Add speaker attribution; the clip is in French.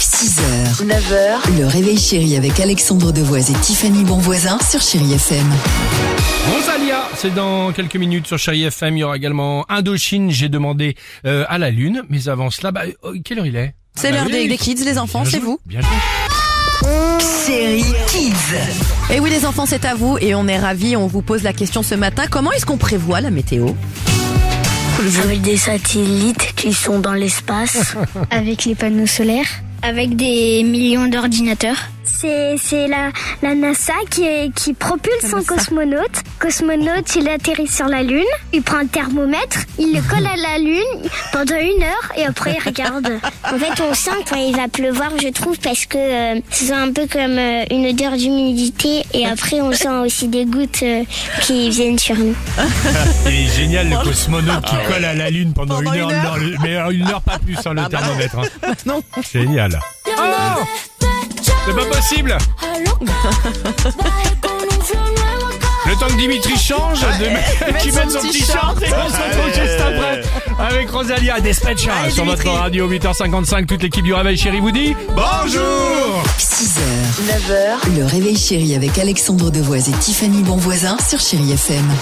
Speaker 1: 6h, 9h, le réveil chéri avec Alexandre Devoise et Tiffany Bonvoisin sur Chéri FM.
Speaker 2: Rosalia, c'est dans quelques minutes sur Chérie FM. Il y aura également Indochine. J'ai demandé euh, à la Lune, mais avant cela, bah, euh, quelle heure il est
Speaker 3: C'est
Speaker 2: Ah bah
Speaker 3: l'heure
Speaker 2: oui.
Speaker 3: des, des kids, les enfants,
Speaker 2: Bien
Speaker 3: c'est
Speaker 2: joué,
Speaker 3: vous.
Speaker 2: Bien joué.
Speaker 1: Série Kids.
Speaker 3: Et Eh oui, les enfants, c'est à vous. Et on est ravis. On vous pose la question ce matin. Comment est-ce qu'on prévoit la météo
Speaker 4: Avec des satellites qui sont dans l'espace.
Speaker 5: Avec les panneaux solaires, avec des millions d'ordinateurs.
Speaker 4: C'est c'est la, la NASA qui, est- qui propulse son cosmonaute. Cosmonaute, il atterrit sur la Lune, il prend un thermomètre, il le colle à la Lune pendant une heure et après il regarde.
Speaker 5: En fait, on sent quand il va pleuvoir, je trouve, parce que euh, c'est un peu comme euh, une odeur d'humidité. Et après, on sent aussi des gouttes euh, qui viennent sur nous.
Speaker 2: Il est génial le cosmonaute qui colle à la Lune pendant,
Speaker 3: Ah Pendant
Speaker 2: une, heure,
Speaker 3: une heure. Ah bah
Speaker 2: dans le- mais euh, une heure pas plus hein, le thermomètre. hein. Génial. Oh c'est pas possible. Le temps que Dimitri change, de... qui mette son petit short et qu'on se retrouve juste après avec Rosalia Despacha sur votre radio 8h55. Toute l'équipe du Réveil Chéri vous dit bonjour.
Speaker 1: 6h, 9h, le réveil chéri avec Alexandre Devoise et Tiffany Bonvoisin sur Chéri FM.